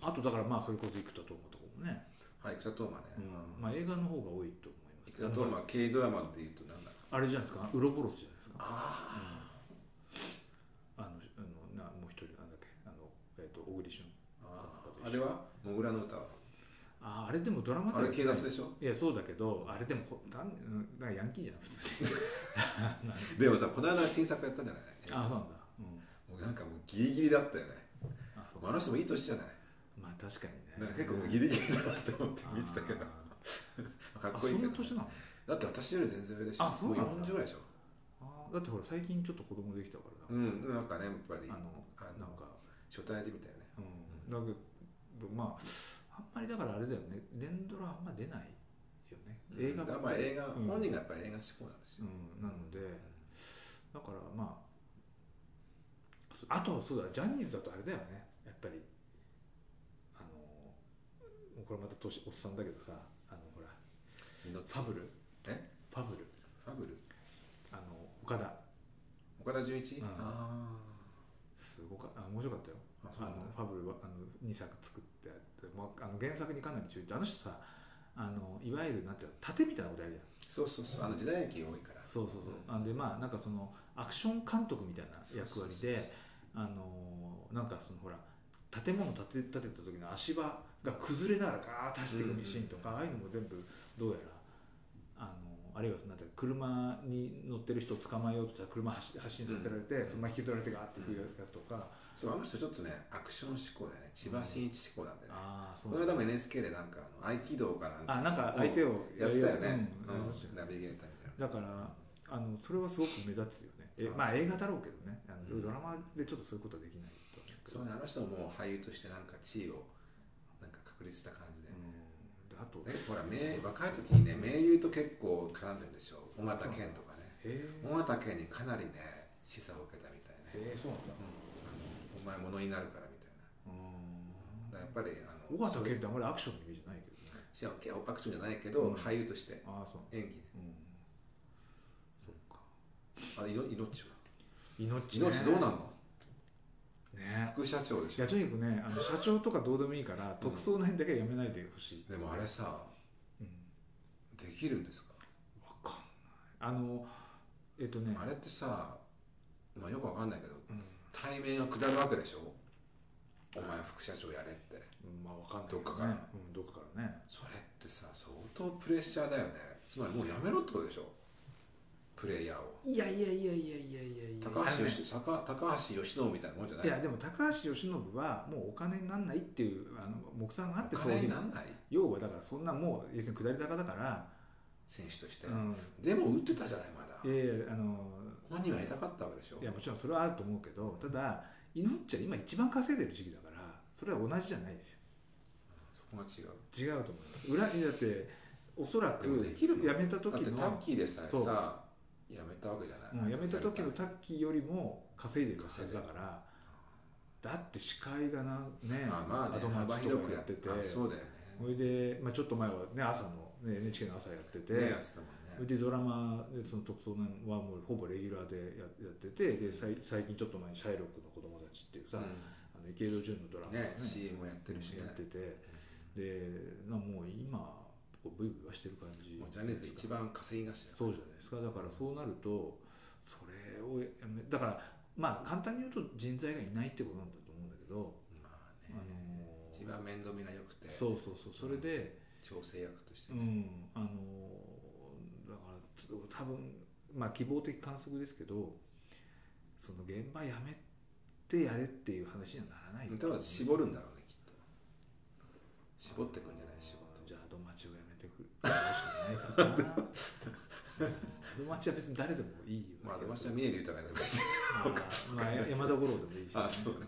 あとだからまあそれこそ生田斗真とかもね、はい生田斗真ねうんまあ、映画の方が多いと思いますけ生田ど斗真刑事ドラマでいうとなんだあれじゃないですかウロボロスじゃないですかああのあのなもう一人なんだっけあの、えっと小栗旬ああれはモグラの歌はあああれでもドラマあれ、警察でしょいやそうだけどあれでもほだんうんなんかヤンキーじゃん普通に <laughs> でもさ、この間新作やったじゃないああそうなんだ、うん、もうなんかもうギリギリだったよね。あそうあの人もいい年じゃないまあ確かにねなんか結構もうギリギリだなって思って見てたけど、かあーっあこそいいんけなど。年なのだって私より全然上でしょ。あそうなんだもう40ぐらいでしょ。あーだってほら最近ちょっと子供できたからうな、ん、なんかね、やっぱりあのあのなんか初対面みたいなね。うんだけどまああんまりだからあれだよね連ドラあんま出ないよね映画だからばっまあかり映画、うん本人がやっぱり映画志向なんですよ。うん、なのでだからまあそあとそうだジャニーズだとあれだよねやっぱりあのもうこれまた年おっさんだけどさあのほらフファブルえファブルァブルあの岡田岡田准一、うんあすごかあ面白かったよーあ、そあうなのんだ。ファブルはあの2作作ってあって、まあ、あの原作にかなり注意あの人さあのいわゆるなんていうの盾みたいなことやるじゃそんうそうそう、あの時代劇多いから。そうそうそう、あんでまあなんかそのアクション監督みたいな役割そうそうそうであのーなんかそのほら建物建て建てた時の足場が崩れながらガーッと走っていくシーンとか、ああいうのも全部どうやらあのーあるいはなんていうか車に乗ってる人を捕まえようとしたら車発発進させられて、うんそのまま引きずられてガーッていくやつとか、そう、あの人ちょっとね、アクション志向だよね。千葉真一志向なんだよね。ああそこのう間も NHK でなんかあの合気道かなんかあなんか相手をやってたよね、うんやりましたようんナビゲーターみたいな。だからあのそれはすごく目立つよねえそうまあ映画だろうけどねあうのんドラマでちょっとそういうことはできないと思うけどそうね、あの人も俳優としてなんか地位をなんか確立した感じで、うんであとだけどほら名若い時にね名優と結構絡んでるでしょ尾形健とかねえー尾形健にかなりね示唆を受けたみたいね、えーそうなんだうん、お前物になるからみたいなうんだからやっぱりあの尾形健ってあんまりアクションのイメージないけどねそういやアクションじゃないけど、うん俳優としてああそう演技ねうんそっかあいの命は命ね命どうなんのね副社長でいしょやとにかくねあの社長とかどうでもいいから特捜の辺だけはやめないでほしいでもあれさうんできるんですか、わかんないあのえっとねあれってさまあよくわかんないけどうん対面は下るわけでしょお前副社長やれってまあわかんないどっかからねうんどっかからねそれってさ相当プレッシャーだよねつまりもうやめろってことでしょプレイヤーをいやいやいやいやいやいやいや高あの橋ね由伸高高橋由伸みたいなもんじゃないいやでも高橋由伸はもうお金にならないっていうあの目算があっておそう金にいうなんない要はだからそんなもう要するに下り坂だから、選手として、うん、でも打ってたじゃないまだえあの本人は痛かったわけでしょいやもちろんそれはあると思うけどただ祈っちゃ今一番稼いでる時期だからそれは同じじゃないですそこが違うよ違うと思います裏にだっておそらくでもできるの辞めた時だってタのッ、キーでさえそうさやめたわけじゃない、うん、辞めた時のタッッキーよりも稼いでるはずだからだって司会がなねあまあアねドマ幅チと広かくややっっててててあそうだよそねれで、まあ、ちょっと前はね朝の、ね、NHK の朝やってて、ねやってたもそんれねでドラマでその特捜なんはもうほぼレギュラーでややっててで最最近ちょっと前に「シャイロックの子供たち」っていうさ、あの池井戸潤のドラうマんがね CM やってるしねやっててでなもう今こうブイブイはしてる感じもうジャニーズで一番稼ぎ頭そうじゃないですかだからそうなるとそれをやめだからまあ簡単に言うと人材がいないってことなんだと思うんだけど、まああね、の一番面倒見が良くてそうそうそうそれで、調整役としてうね、ん、あのだからつ多分まあ希望的観測ですけどその現場やめてやれっていう話にはならないただ絞るんだだろうねきっと絞ってくんじゃない仕事じゃあアドマチをやめてくるしかないかなうんアドマチは別に誰でもいいよまあ私は見える豊かになりましまあまあ山田五郎でもいいし、あそうね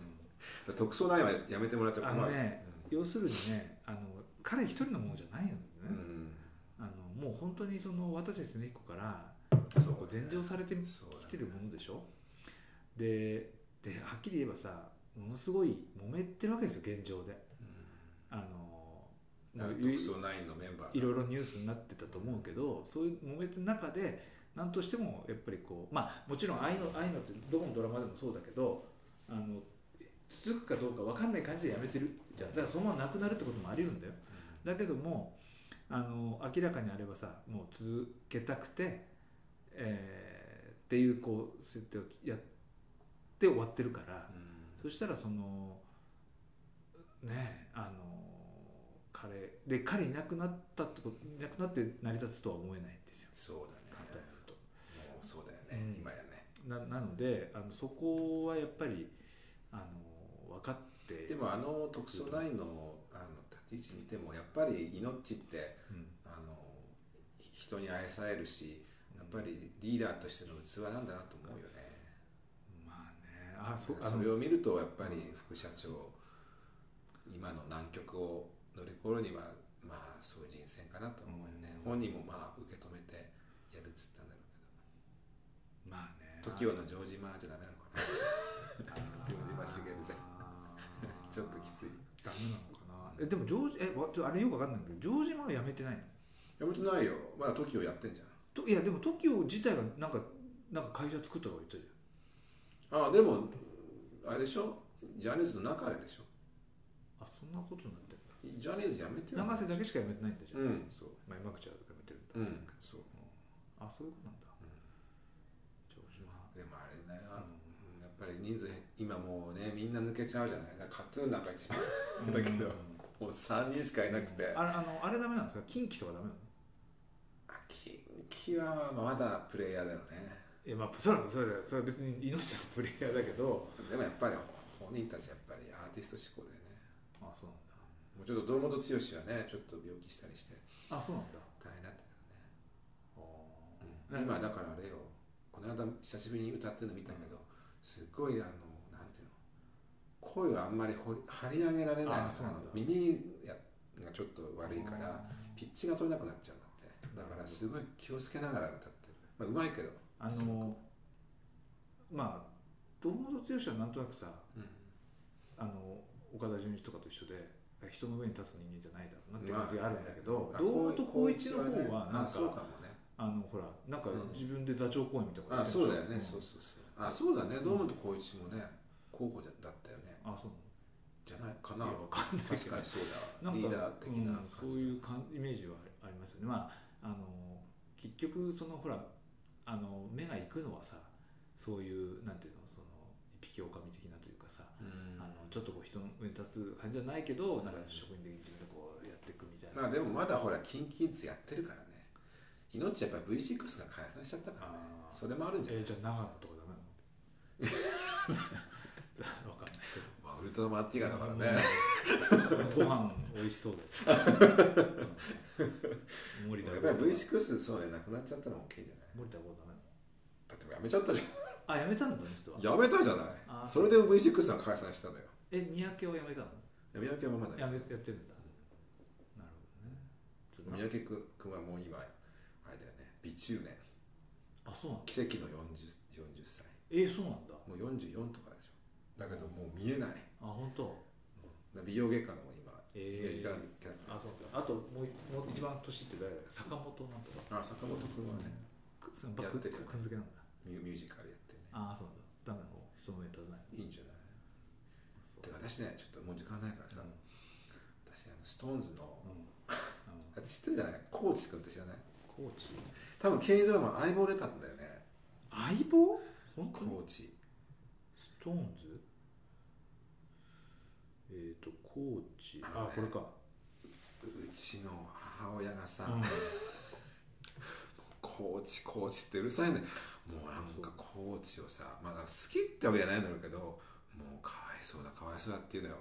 た <laughs> 特捜内はやめてもらっちゃあ困のる、ね要するにねあの彼一人のものじゃないのよね、うん、あのもう本当にその私ですね彦からそうこう禅譲されてそうだね来てるものでしょでではっきり言えばさものすごい揉めてるわけですよ現状であのうん、なんかもう特い捜9のメンバーがいろいろニュースになってたと思うけどそういう揉めてる中で何としてもやっぱりこうまあもちろんああいうのああいうのってどこのドラマでもそうだけどあの続くかどうか分かんない感じでやめてるじゃんだからそのままなくなるってこともあり得るんだよだけどもあの明らかにあればさもう続けたくて、えーっていうこう設定をやって終わってるから、うんそしたらそのねえあの彼で彼いなくなったってこといなくなって成り立つとは思えないんですよそうだ簡ね単に言うともうそうだよね、うん今やねななのであのそこはやっぱりあの分かってでもあの特捜9のあの立ち位置見てもやっぱり命ってうんあの人に愛されるしやっぱりリーダーとしての器なんだなと思うよね、まあねあそあそのれを見るとやっぱうり副社長今の難局を乗り越えるにはまあそういう人選かなと思うよね、うん本人もまあ受け止めてやるっつったんだろうまあねけど TOKIO のジョージマーじゃダメなのかなジョージマーシゲルじゃんあーちょっときついダメなのかなえでもジョージえわちょあれよくわかんないけどジョージマロやめてないのやめてないよまだ TOKIO やってんじゃんといやでも TOKIO 自体がなんかなんか会社作ったとか言ってああたじでもあれでしょジャニーズの中ででしょゃんあそんなことになってるんだジャニーズやめてよ永瀬だけしかやめてないんだじゃん、うんそうまあ、今口はやめてるうんだ、んそう、あそういうことなんだうジョージマん、でもあれねロあうんやっぱり人数今もうねみんな抜けちゃうじゃないだからカトゥーンなんか一番だけどもう3人しかいなくて、ああれあのあれダメなんですか近畿とかダメなの近畿はまあまだプレイヤーだよねいやまあそれはそれはそれは別に命のプレイヤーだけどでもやっぱり本人たちやっぱりアーティスト志向だよねあそうなんだもうちょっと堂本剛はねちょっと病気したりしてあそうなんだ大変だったかあらね、今だからあれよこの間久しぶりに歌ってるの見たけどすっごいあのなんていうの声があんまり掘り張り上げられないあそうなんだあの耳やがちょっと悪いからあピッチが取れなくなっちゃうんだってだからすごい気をつけながら歌ってるまあうまいけど、あのまあ堂本剛はなんとなくさあの岡田准一とかと一緒で人の上に立つ人間じゃないだろうなって感じがあるんだけど、まあ堂本光一の方はなんあそうかかもねあのほらなんかうん自分で座長公演みたいなあことそうやっだてよるね、でしょそうんそうそうあそうだね堂本光一もね候補だったよねあそうじゃないかななのいやわかんない確けかどにそうだ <laughs> なわんかリーダー的なう感んじ、そういうかんイメージはありますよねまああの結局そのほらあの目が行くのはさそういうなんていうのその一匹狼的なというかさ、うんあのちょっとこう人の上に立つ感じじゃないけど、なんか職員的に自分でこうやっていくみたいな、まあでもまだほらキンキンズやってるからね命やっぱ V6 が解散しちゃったからねあーそれもあるんじゃないえーじゃあ長野とかダメなの <laughs> わかんないけどまあウルトラマンティガだからね、ご飯美味しそ <laughs> うだしうん森田やっ剛ぱり V6 そうねなくなっちゃったのも大きいんじゃない森田剛ダメなのだってもうやめちゃったじゃあやめたんだあの人はんやめたじゃないあーそれで V6 が解散したのよえ三宅をやめたの三宅はまだやめやってるんだなるほど三ね宅君はもう今あれだよね美中年あそうなんだ奇跡の 40, 40歳えー、そうなんだもう44とかでしょだけどもう見えないあ本当美容外科の今美えー容外科のキャラクターあそうかあともういもう一番年って誰だっけ坂本なんとかあ坂本君はねくそのバッやクってるよねくんづけなんだミュミュージカルやってねああそうなんだダメなのその上に立たないいいんじゃないそうてか私ねちょっともう時間ないからさ、うん私あのストーンズのうんあのあ知ってんじゃないコーチ君って知らないコーチ多分刑事ドラマ「相棒出たんだよね相棒本当コにーチストーンズえっ、ー、とコーチあこれか、ううちの母親がさ、うんコーチコーチってうるさいねもうなんかコーチをさまだ好きってわけじゃないんだろうけどもうかわいそうだかわいそうだっていうのよ、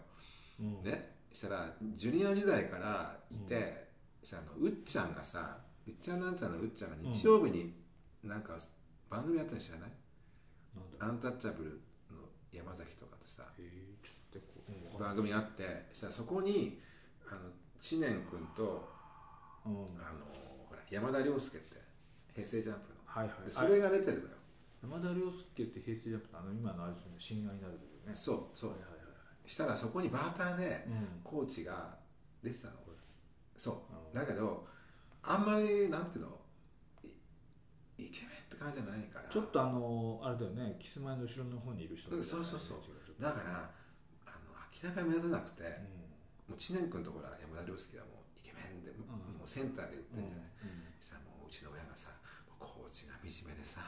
うん、ねしたらジュニア時代からいて、うんしたらあのうっちゃんがさうっちゃんなんちゃんのうっちゃんが日曜日になんか番組やったの知らない、なんだアンタッチャブルの山崎とかとさえー、ちょっと待ってこう、うん、わか番んない組あってしたらそこにあの知念君とうんあのほら山田涼介って平成ジャンプのはいはいであそれが出てるのよ山田涼介って平成じゃなくてあの今のあれですよね親愛なるというねそうそうはいはいはいしたらそこにバーターでうんコーチが出てたのそううんだけどあんまりなんていうのいイケメンって感じじゃないからちょっとあのあれだよねキス前の後ろの方にいる人うんそうそうそううだからあの明らかに目立たなくて、うもうん知念君のところは山田涼介はもうイケメンで、もううんセンターでう売ってんんじゃない、そしたらもううちの親がさもうコーチが惨めでさ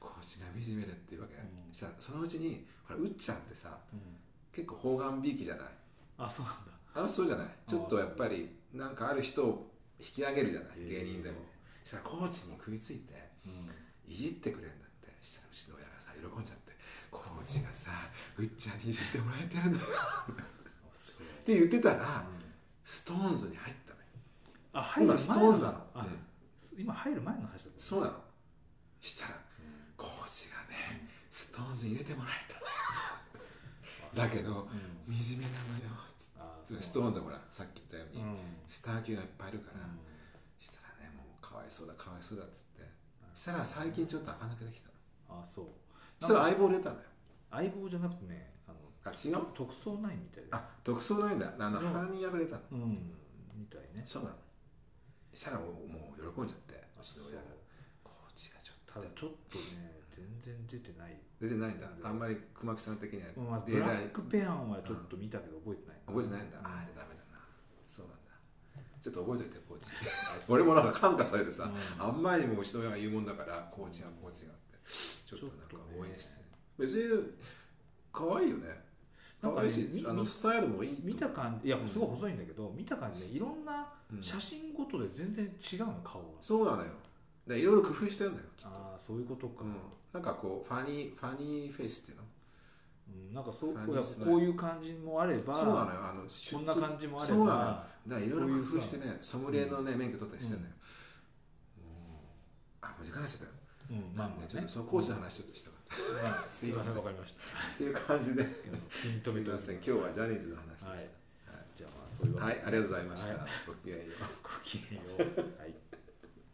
コーチが惨めでっていうわけ、うんしたらそのうちにほらうっちゃんってさうん結構方眼びいきじゃないあそうなんだあの人そうじゃないあちょっとやっぱりなんかある人を引き上げるじゃない芸人でもえそしたらコーチに食いついてうんいじってくれんだってしたらうちの親がさ喜んじゃってコーチがさうっちゃんにいじってもらえてるんだよすっごて言ってたいらストーンズに入ったのよあ入る今前ストーンズなのあうん今入る前の話だったそうなのしたらうんコーチがねストーンズに入れてもらえたのよだけどうん惨めなのよつってあそそうれストーンズはほらさっき言ったよううに、んスター級がいっぱいいるから、したらねもうかわいそうだかわいそうだっつってしたら最近ちょっと開かなくなってきたのあそうそしたら相棒出たのよ相棒じゃなくてねあのあ違う特捜9みたいなあ独創ないんだあのうん犯人破れたのうんみたいねそうなのしたらもうもう喜んじゃってうちの親がそうコーチがちょったとだちょっとね全然出てない出てないんだあんまり熊木さん的にはまあ、ブ例ラ題ックペアンはちょっと見たけど覚えてない、覚えてないんだうああじゃあダメだなそうなんだちょっと覚えといてコーチ <laughs> 俺もなんか感化されてさ、うんあんまりにもうちの親が言うもんだからコーチがコーチがってちょっとなんか応援して、別に可愛いよねなん可か愛ねいし、みあのみスタイルもいいと見た感じいやうんすごい細いんだけど、見た感じねいろんなうん写真ごとで全然違うの顔が、そうなのよでいろいろ工夫してるんだよきっと、ああそういうことか、うん、なんかこうファニーファニーフェイスっていうのうんなんかそう感じいやしないこういう感じもあればそうなのよあのこんな感じもあれそうなのよばだからいろいろ工夫してねソムリエのね免許取ったりしてんだよ、もうあもう時間になっちゃったよう、ん、まあなまんであちょっねとそのコーチの話ちょっとしたかったまあすいませんわかりましたっていう感じでピンす <laughs> 止みめとません今日はジャニーズの話でしはいた、じゃあまあそういうはい、ありがとうございました、はいごきげんようごきげんようはい